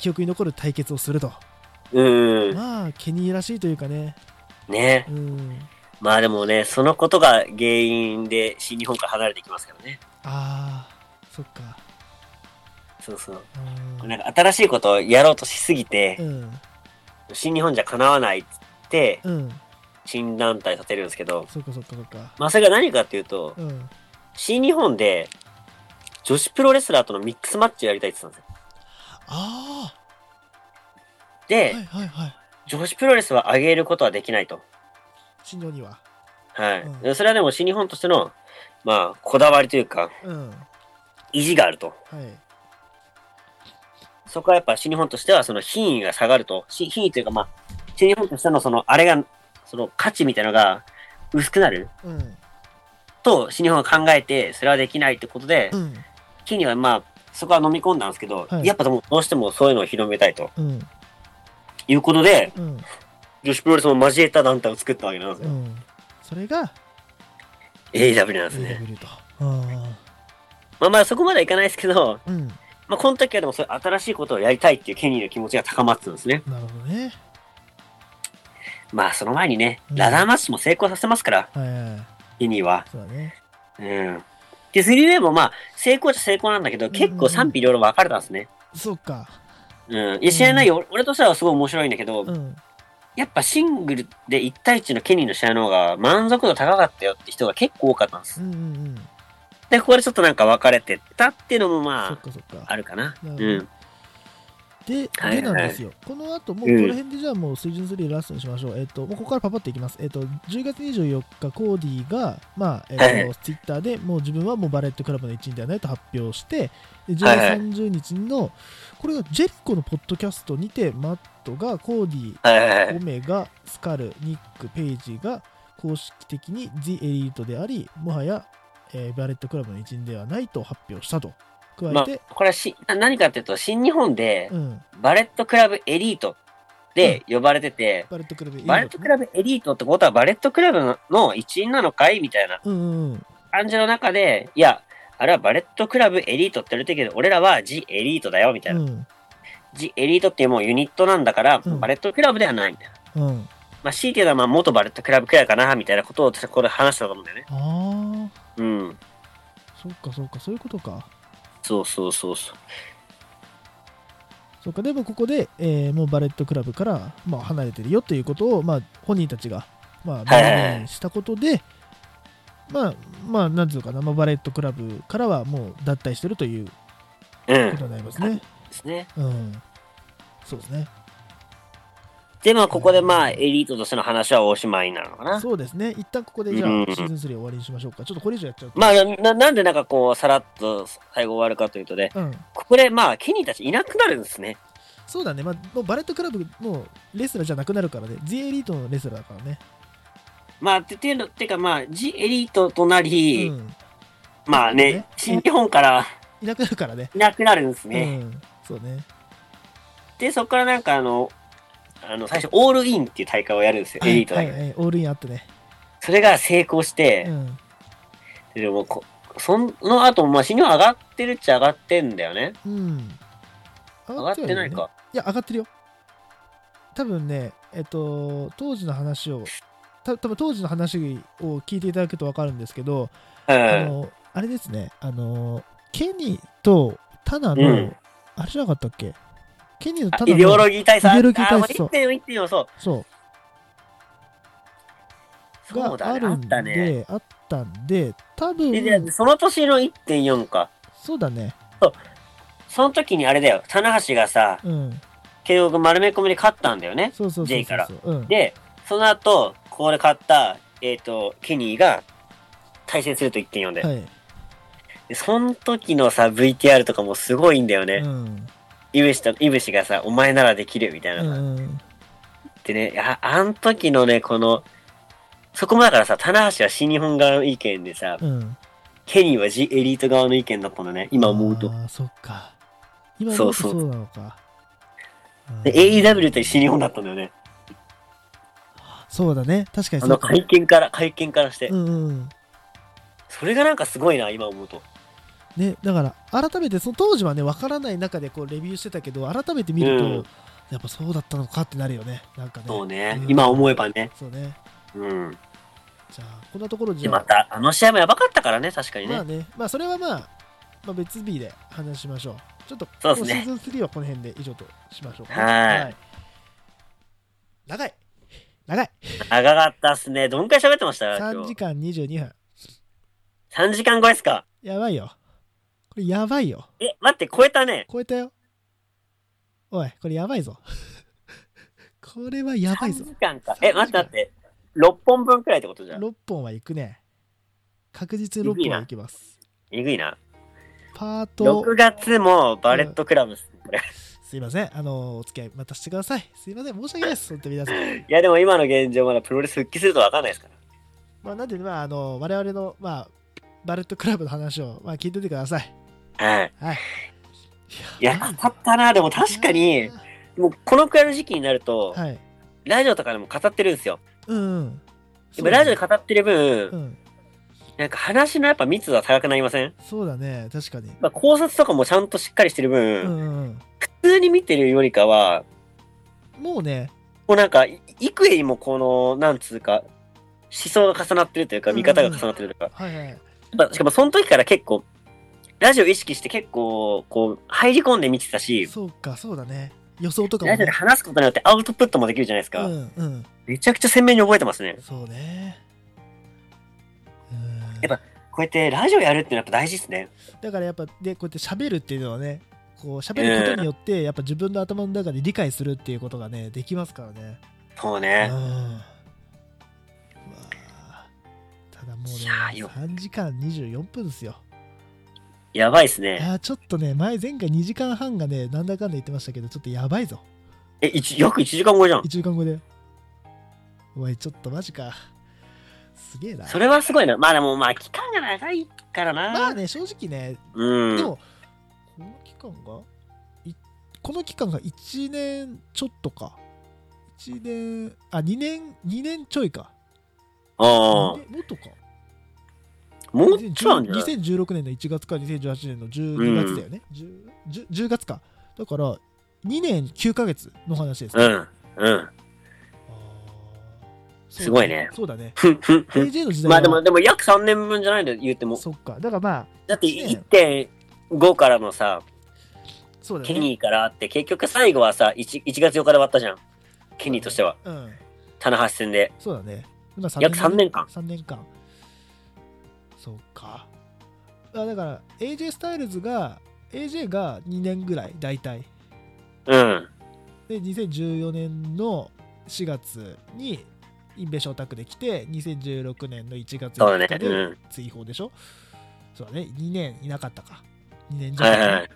Speaker 2: 記憶に残る対決をすると。
Speaker 1: うん。
Speaker 2: まあ、ケニーらしいというかね、
Speaker 1: ね
Speaker 2: うん。
Speaker 1: まあでもね、そのことが原因で新日本から離れていきますからね。
Speaker 2: ああそっか
Speaker 1: そうそう。
Speaker 2: うん
Speaker 1: なんか新しいことをやろうとしすぎて
Speaker 2: う、ん
Speaker 1: 新日本じゃ叶わないっつって、
Speaker 2: うん
Speaker 1: 新団体立てるんですけど、
Speaker 2: そっかそっかそっか
Speaker 1: まあそれが何かっていうと、
Speaker 2: うん
Speaker 1: 新日本で女子プロレスラーとのミックスマッチをやりたいって言ってたんですよ。
Speaker 2: ああ
Speaker 1: で、
Speaker 2: はいはいはい
Speaker 1: 女子プロレスは上げることはできないと。
Speaker 2: 新郎には
Speaker 1: はい。
Speaker 2: うん
Speaker 1: でそれはでも新日本としての、まあ、こだわりというか、
Speaker 2: うんは
Speaker 1: 意地があると。
Speaker 2: い
Speaker 1: そこはやっぱ新日本としては、その品位が下がると。し品位というか、まあ、新日本としてのその、あれが、その価値みたいなのが薄くなる
Speaker 2: うん
Speaker 1: と、新日本が考えて、それはできないってことで
Speaker 2: う、ん
Speaker 1: 金にはまあ、そこは飲み込んだんですけど、
Speaker 2: はい
Speaker 1: やっぱでもどうしてもそういうのを広めたいと
Speaker 2: うん
Speaker 1: いうことで、
Speaker 2: うん
Speaker 1: 女子プロレスも交えた団体を作ったわけなんです
Speaker 2: う
Speaker 1: よ。
Speaker 2: んそれが
Speaker 1: AW なんですね。
Speaker 2: AW とあ
Speaker 1: まあまあそこまではいかないですけど、
Speaker 2: あうん
Speaker 1: まあこの時はでもそういう新しいことをやりたいっていうケニーの気持ちが高まってたんですね。
Speaker 2: なるほどね
Speaker 1: まあその前にね、
Speaker 2: うん
Speaker 1: ラダーマッシュも成功させてますから、
Speaker 2: はいはいはい
Speaker 1: ケニーは。
Speaker 2: そうだね
Speaker 1: うん。で、3ウェイもまあ成功っちゃ成功なんだけど、結構賛否両論分かれたんですね。
Speaker 2: そっか
Speaker 1: うん。いや試合内容、俺としてはすごい面白いんだけど、
Speaker 2: うん
Speaker 1: やっぱシングルで1対1のケニーの試合の方が満足度高かったよって人が結構多かったんで
Speaker 2: う
Speaker 1: す。
Speaker 2: んうんうん
Speaker 1: で、ここでちょっとなんか分かれてったっていうのも
Speaker 2: そっ
Speaker 1: ま
Speaker 2: かそっ
Speaker 1: あ、あ
Speaker 2: か
Speaker 1: るかな。う
Speaker 2: なるほど
Speaker 1: ん。
Speaker 2: で、
Speaker 1: はい
Speaker 2: でなんですよ。この後、もうこ
Speaker 1: うん
Speaker 2: の辺でじゃあもう水準3ラストにしましょう。えっと、もうここからパパっていきます。えっと、10月24日、コーディが、まあ、えっと、
Speaker 1: はいはい
Speaker 2: ツイッターでもう自分はもうバレットクラブの一員ではないと発表して、で10月
Speaker 1: はいはい
Speaker 2: 30日の、これがジェリコのポッドキャストにて、マットがコーディ、
Speaker 1: はいはいはい
Speaker 2: オ。メガ、スカル、ニック、ペイジが公式的に The エリートであり、もはや、えーバレットクラブの一員ではないと発表したと。加
Speaker 1: ま
Speaker 2: えて、
Speaker 1: あ、これはしな何かっていうと、新日本で
Speaker 2: うん、
Speaker 1: バレットクラブエリートで呼ばれてて、
Speaker 2: バレットクラブエリー
Speaker 1: バレットクラブエリートってことはバレットクラブの一員なのかいみたいな
Speaker 2: ブ。うんうんうん。
Speaker 1: 感じの中で、いや、あれはバレットクラブエリートって言われてるけど、俺らは G エリートだよみたいな。
Speaker 2: うん。
Speaker 1: G エリートっていうもうユニットなんだから、
Speaker 2: うん
Speaker 1: バレットクラブではないみたいな。
Speaker 2: うん。
Speaker 1: まあ、強いて言うのはまあ元バレットクラブくらいかなみたいなことをここで話したと思うんだよね。
Speaker 2: あ
Speaker 1: う
Speaker 2: あ、
Speaker 1: ん。
Speaker 2: そっかそっか、そういうことか。
Speaker 1: そうそうそうそう。
Speaker 2: そっか、でもここで、えーもうバレットクラブから、まあ、離れてるよということを、まあ、本人たちが、まあ、
Speaker 1: はいはいはい
Speaker 2: 明言したことで、まあ、まあ、なんていうのかな、まあ、バレットクラブからはもう脱退してるというこ
Speaker 1: うん。
Speaker 2: と
Speaker 1: で
Speaker 2: になりますね。
Speaker 1: すね。
Speaker 2: うん。そうですね。
Speaker 1: で、まあ、ここでまあ、エリートとしての話はおしまいになるのかな。
Speaker 2: そうですね。一旦ここで、じゃあ、
Speaker 1: うん
Speaker 2: シーズン3終わりにしましょうか。ちょっとこれ以上やっちゃうと。
Speaker 1: まあな、なんでなんかこう、さらっと最後終わるかというとね、
Speaker 2: うん。
Speaker 1: ここでまあ、ケニーたちいなくなるんですね。
Speaker 2: そうだね。まあ、もうバレットクラブのレスラーじゃなくなるからね。Z エリートのレスラーだからね。
Speaker 1: まあ、てていうの、てかまあ、ジエリートとなり、
Speaker 2: うん。
Speaker 1: まあ
Speaker 2: ね
Speaker 1: ね、新日本から
Speaker 2: いなくなるからね。
Speaker 1: いなくなるんですね。
Speaker 2: うん、そうね。
Speaker 1: で、そこからなんかあの、あの、最初、オールインっていう大会をやるんですよ、エリートだけ
Speaker 2: は
Speaker 1: ど
Speaker 2: いはいはいオールインあってね。
Speaker 1: それが成功して
Speaker 2: う、ん。
Speaker 1: でもこ、その後、まあ、新日本上がってるっちゃ上がってんだよね。
Speaker 2: うん。
Speaker 1: 上がっ
Speaker 2: は
Speaker 1: て
Speaker 2: るよ
Speaker 1: な
Speaker 2: ね
Speaker 1: いか。。
Speaker 2: いや、上がってるよ。多分ね、えっと、当時の話を、た多分当時の話を聞いていただくと分かるんですけど、
Speaker 1: う
Speaker 2: あ
Speaker 1: ん。
Speaker 2: の、あれですね、あの、ケニーとタナの、
Speaker 1: うん
Speaker 2: あれじゃなかったっけケニーと
Speaker 1: あ
Speaker 2: タナの
Speaker 1: イデオロギー大佐。
Speaker 2: イデオロギー大佐
Speaker 1: あ、言ってよ、言ってよ、そう。
Speaker 2: そう、
Speaker 1: そう
Speaker 2: が
Speaker 1: だ
Speaker 2: あ
Speaker 1: ね、
Speaker 2: る
Speaker 1: あっ
Speaker 2: んで、あ
Speaker 1: たね。
Speaker 2: ったんで、多分
Speaker 1: で、でその年の1.4か。
Speaker 2: そうだね。
Speaker 1: その時にあれだよ、棚橋がさ、
Speaker 2: うん。
Speaker 1: 慶応が丸め込みで勝ったんだよね。
Speaker 2: そうそうそうそう
Speaker 1: J から
Speaker 2: うん、
Speaker 1: で、その後、ここで勝った、えっ、と、ケニーが対戦すると1.4で。
Speaker 2: はい、
Speaker 1: でその時のさ、VTR とかもすごいんだよね
Speaker 2: う。ん
Speaker 1: イブシと、イブシがさ、お前ならできるみたいな。
Speaker 2: うん
Speaker 1: でね、あ、あん時のね、この、そこもだからさ、棚橋は新日本側の意見でさ、
Speaker 2: うん、
Speaker 1: ケニーはジエリート側の意見だったんだね、今思うと
Speaker 2: あ。ーそっか今思うと
Speaker 1: そう
Speaker 2: そ
Speaker 1: そう
Speaker 2: うなのかうん
Speaker 1: で AEW って新日本だったんだよね。
Speaker 2: そうだね確か
Speaker 1: あ
Speaker 2: にそ
Speaker 1: の
Speaker 2: うか
Speaker 1: 会見から、会見からして
Speaker 2: う。んうん
Speaker 1: それがなんかすごいな、今思うと。
Speaker 2: ね、だから改めてその当時はね分からない中でこうレビューしてたけど改めて見ると、
Speaker 1: うん
Speaker 2: やっぱそうだったのかってなるよねなんかね
Speaker 1: そうね
Speaker 2: う、ん
Speaker 1: 今思えばね。
Speaker 2: そうね
Speaker 1: うん。
Speaker 2: じゃあこんなところじ
Speaker 1: で、
Speaker 2: ゃ
Speaker 1: また、あの試合もやばかったからね、確かに
Speaker 2: まあ
Speaker 1: ね。
Speaker 2: ねまあそれはまあ、まあ、別日で話しましょうちょっと
Speaker 1: そうですね
Speaker 2: もシーズン3はこの辺で以上としましょうか、
Speaker 1: はい
Speaker 2: 長い長い
Speaker 1: 長かったっすね。どんくらい喋ってました
Speaker 2: 3
Speaker 1: 今
Speaker 2: 時
Speaker 1: 日。
Speaker 2: 間22分
Speaker 1: 3時間超えっすか
Speaker 2: やばいよこれやばいよ
Speaker 1: え、待って、超えたね。
Speaker 2: 超えたよおいこれやばいぞ これはやばいぞ
Speaker 1: 3時間か。え、待って待って。6本分くらいってことじゃん。
Speaker 2: 6本はいくね確実に6本はいきます
Speaker 1: えぐいな。
Speaker 2: パート
Speaker 1: 6月もバレットクラブっすね、これ。
Speaker 2: すいませんあのお付き合いまたしてくださいすいません申し訳ないです本当に皆さ ん、
Speaker 1: いや、でも今の現状、まだプロレス復帰するとわかんないですから。
Speaker 2: まあ、なんでねまああの我々のまあバレットクラブの話を、まあ、聞いててください
Speaker 1: はい。
Speaker 2: はい
Speaker 1: いや、語ったな。でも確かに、もうこのくらいの時期になると、
Speaker 2: はい
Speaker 1: ラジオとかでも語ってるんですよ。
Speaker 2: うんうん
Speaker 1: 今ラジオで語ってる
Speaker 2: う
Speaker 1: 分、
Speaker 2: ん
Speaker 1: なんか話のやっぱ密度は高くなりません
Speaker 2: そうだね確かに
Speaker 1: まあ、考察とかもちゃんとしっかりしてる分、
Speaker 2: うんうん
Speaker 1: 普通に見てるよりかは、
Speaker 2: うんもうね
Speaker 1: こうなんか、い幾重にもこの、なんつうか、思想が重なってるというか、
Speaker 2: うんうん
Speaker 1: 見方が重なってるというか、
Speaker 2: はいはい
Speaker 1: やっぱしかもその時から結構、ラジオ意識して結構、こう、入り込んで見てたし、
Speaker 2: そうかそうだね予想とかも
Speaker 1: ラジオで
Speaker 2: ね
Speaker 1: 話すことによってアウトプットもできるじゃないですか。
Speaker 2: うんうん
Speaker 1: めちゃくちゃ鮮明に覚えてますね。
Speaker 2: そうねうん
Speaker 1: やっぱこうやってラジオやるっていうのはやっぱ大事ですね。
Speaker 2: だからやっぱでこうやって喋るっていうのはねこう喋ることによってやっぱ自分の頭の中で理解するっていうことがねできますからね。
Speaker 1: そう
Speaker 2: うん。
Speaker 1: ね。
Speaker 2: うわあただもうね
Speaker 1: いやーよ
Speaker 2: 3時間24分ですよ。
Speaker 1: やばいです
Speaker 2: い
Speaker 1: ね。
Speaker 2: やーちょっとね前前回2時間半がねなんだかんだ言ってましたけどちょっとやばいぞ。
Speaker 1: え、一約1時間後じゃん
Speaker 2: 1。時間後で。おいちょっとマジか。すげえな。
Speaker 1: それはすごいな。まあでも、まあ期間が長いからな。
Speaker 2: まあね正直ね
Speaker 1: うん。
Speaker 2: でも、この期間がいこの期間が1年ちょっとか1年あ2年2年ちょいか
Speaker 1: ああ
Speaker 2: 二年もっとか
Speaker 1: もうちょいあんじゃない
Speaker 2: 2016年の1月から2018年の12月だよね、10, 10月かだから2年9ヶ月の話です、
Speaker 1: う
Speaker 2: あ
Speaker 1: ん。うん。
Speaker 2: ー
Speaker 1: すごいね
Speaker 2: そうだ ね
Speaker 1: ふんふん ふん
Speaker 2: AJ の時代
Speaker 1: ま
Speaker 2: は
Speaker 1: あでも、でも約3年分じゃないの言っても。
Speaker 2: そっかだからまあ
Speaker 1: だって
Speaker 2: 一年
Speaker 1: 1.5からのさ、
Speaker 2: そうだ
Speaker 1: ケ
Speaker 2: よね
Speaker 1: ニーからあって、結局最後はさ、1, 1月4日で終わったじゃん。ケニーとしては、
Speaker 2: うん
Speaker 1: 棚橋戦で。
Speaker 2: そうだね。今
Speaker 1: 約三年間
Speaker 2: 3年間。そうか。あだから、AJ スタイルズが、AJ が2年ぐらい、大体。
Speaker 1: うん。
Speaker 2: で、2014年の4月に、インベションタクで来て、2016年の1月
Speaker 1: そうだね
Speaker 2: 4日
Speaker 1: う
Speaker 2: で
Speaker 1: ん
Speaker 2: 追放でしょ。そうだね。2年いなかったか。2年じゃ
Speaker 1: はい
Speaker 2: な
Speaker 1: はい
Speaker 2: い。。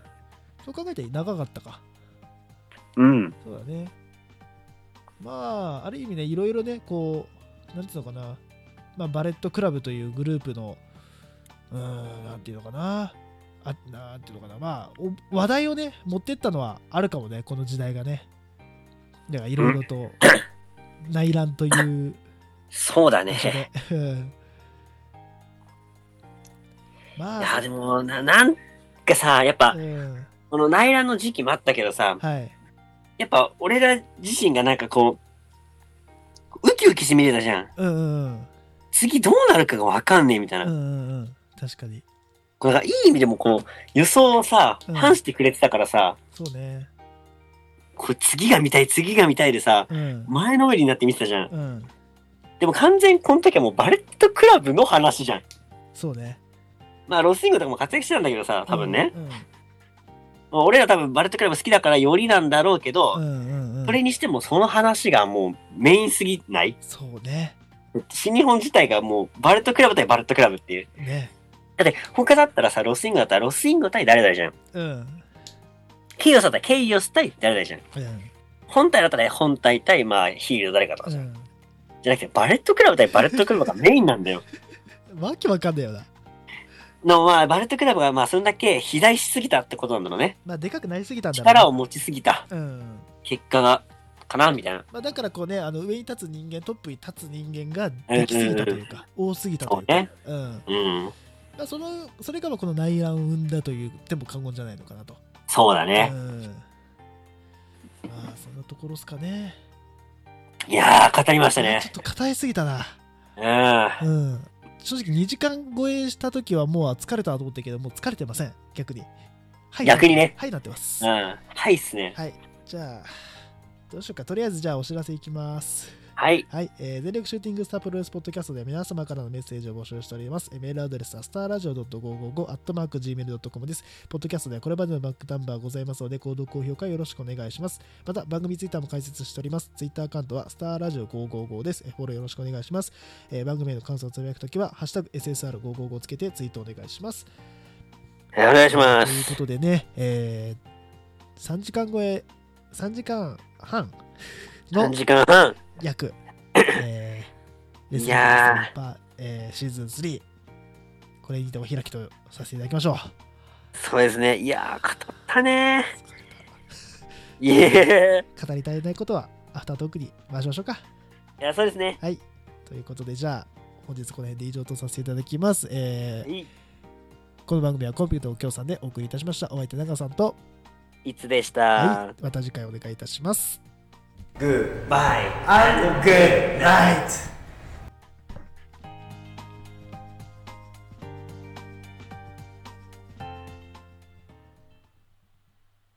Speaker 2: そう考えて長かったか。
Speaker 1: うん。
Speaker 2: そうだね。まあ、ある意味ね、いろいろね、こう、なんていうのかな、まあ、バレットクラブというグループの、うーん、なんていうのかな、あなんていうのかな、まあ、お話題をね、持ってったのはあるかもね、この時代がね。だから、いろいろ と、内乱という
Speaker 1: そうだ
Speaker 2: 場
Speaker 1: ね。
Speaker 2: 所で。うんま
Speaker 1: い
Speaker 2: あ
Speaker 1: や、でもな、なんかさ、やっぱ
Speaker 2: う、ん、
Speaker 1: この内乱の時期もあったけどさ、
Speaker 2: はい。
Speaker 1: やっぱ俺ら自身がなんかこう、ウキウキして見れたじゃん。
Speaker 2: うんうん
Speaker 1: 次どうなるかがわかんねえみたい
Speaker 2: うん。
Speaker 1: な。
Speaker 2: うんうんうん。確かに。
Speaker 1: これがいい意味でもこう、予想をさ、
Speaker 2: うん
Speaker 1: 反してくれてたからさ、
Speaker 2: そうね。
Speaker 1: これ次が見たい、次が見たいでさ、
Speaker 2: うん。
Speaker 1: 前のめりになって見てたじゃん。
Speaker 2: うん。
Speaker 1: でも完全にこの時はもうバレットクラブの話じゃん。
Speaker 2: そうね。
Speaker 1: まあロスイングとかも活躍してたんだけどさ、多分ね。
Speaker 2: うんうん
Speaker 1: ままあ俺ら多分バレットクラブ好きだからよりなんだろうけど、
Speaker 2: うんうんうん
Speaker 1: それにしてもその話がもうメインすぎない
Speaker 2: そうね
Speaker 1: 新日本自体がもうバレットクラブ対バレットクラブっていう。
Speaker 2: ね
Speaker 1: だって他だったらさ、ロスインゴだったらロスインゴ対誰々じゃん。
Speaker 2: うん
Speaker 1: ケイオスだったらケイオス対誰々じゃん。
Speaker 2: うん
Speaker 1: 本体だったら本体対まあヒールの誰かとか
Speaker 2: う
Speaker 1: じゃん
Speaker 2: ん
Speaker 1: じゃなくてバレットクラブ対バレットクラブがメインなんだよ。
Speaker 2: わけわかんないよな
Speaker 1: のまあバレットクラブがまあそれだけ肥大しすぎたってことなんだろうね。
Speaker 2: まあでかくなりすぎたんだろうな
Speaker 1: 力を持ちすぎた
Speaker 2: うん
Speaker 1: 結果が、かなみたいな。
Speaker 2: まあ、だからこうねあの上に立つ人間トップに立つ人間ができすぎたというか、多すぎたというか
Speaker 1: そうね
Speaker 2: うん
Speaker 1: うん。
Speaker 2: まあ、そのそれがまあこの内乱を生んだというでも過言じゃないのかなと、
Speaker 1: そうだ
Speaker 2: う
Speaker 1: ね。
Speaker 2: んまあそんなところですかね
Speaker 1: いやー、語りましたね
Speaker 2: ちょ。っと硬いすぎたな
Speaker 1: うん。
Speaker 2: うん正直2時間超えした時はもう疲れたと思ったけどもう疲れてません逆にはい
Speaker 1: 逆にね
Speaker 2: はいなってます、
Speaker 1: うん。はいっすね。
Speaker 2: はいじゃあどうしようかとりあえずじゃあお知らせいきます
Speaker 1: はい。
Speaker 2: はい、えー全力シューティングスタープロレスポッドキャストでは皆様からのメッセージを募集しております。えーメールアドレスはスターラジオ .555-gmail.com です。ポッドキャストではこれまでのバックナンバーございますので、購読、高評価よろしくお願いします。また、番組ツイッターも開設しております。ツイッターアカウントはスターラジオ555です。えーフォローよろしくお願いします。えー番組への感想をつぶやくときは、ハッシュタグ SSR555 をつけてツイートお願いします。
Speaker 1: お願いしま
Speaker 2: というこ
Speaker 1: す。
Speaker 2: とでね、えー3時間超え、3時間半の
Speaker 1: 3時間半。
Speaker 2: 役、えー、レスリングス
Speaker 1: い
Speaker 2: リ
Speaker 1: やー
Speaker 2: ッパ、えー、シーズン3、これにてお開きとさせていただきましょう。
Speaker 1: そうですね。いやー、語ったねー。いえ
Speaker 2: 語り足りないことは、アフタートークに回しましょうか。
Speaker 1: いや、そうですね。
Speaker 2: はい。ということで、じゃあ、本日この辺で以上とさせていただきます。えー
Speaker 1: い
Speaker 2: この番組はコンピューターを協賛でお送りいたしました。お相手、長さんと、
Speaker 1: いつでした
Speaker 2: は。い、また次回お願いいたします。
Speaker 3: Goodbye and good night.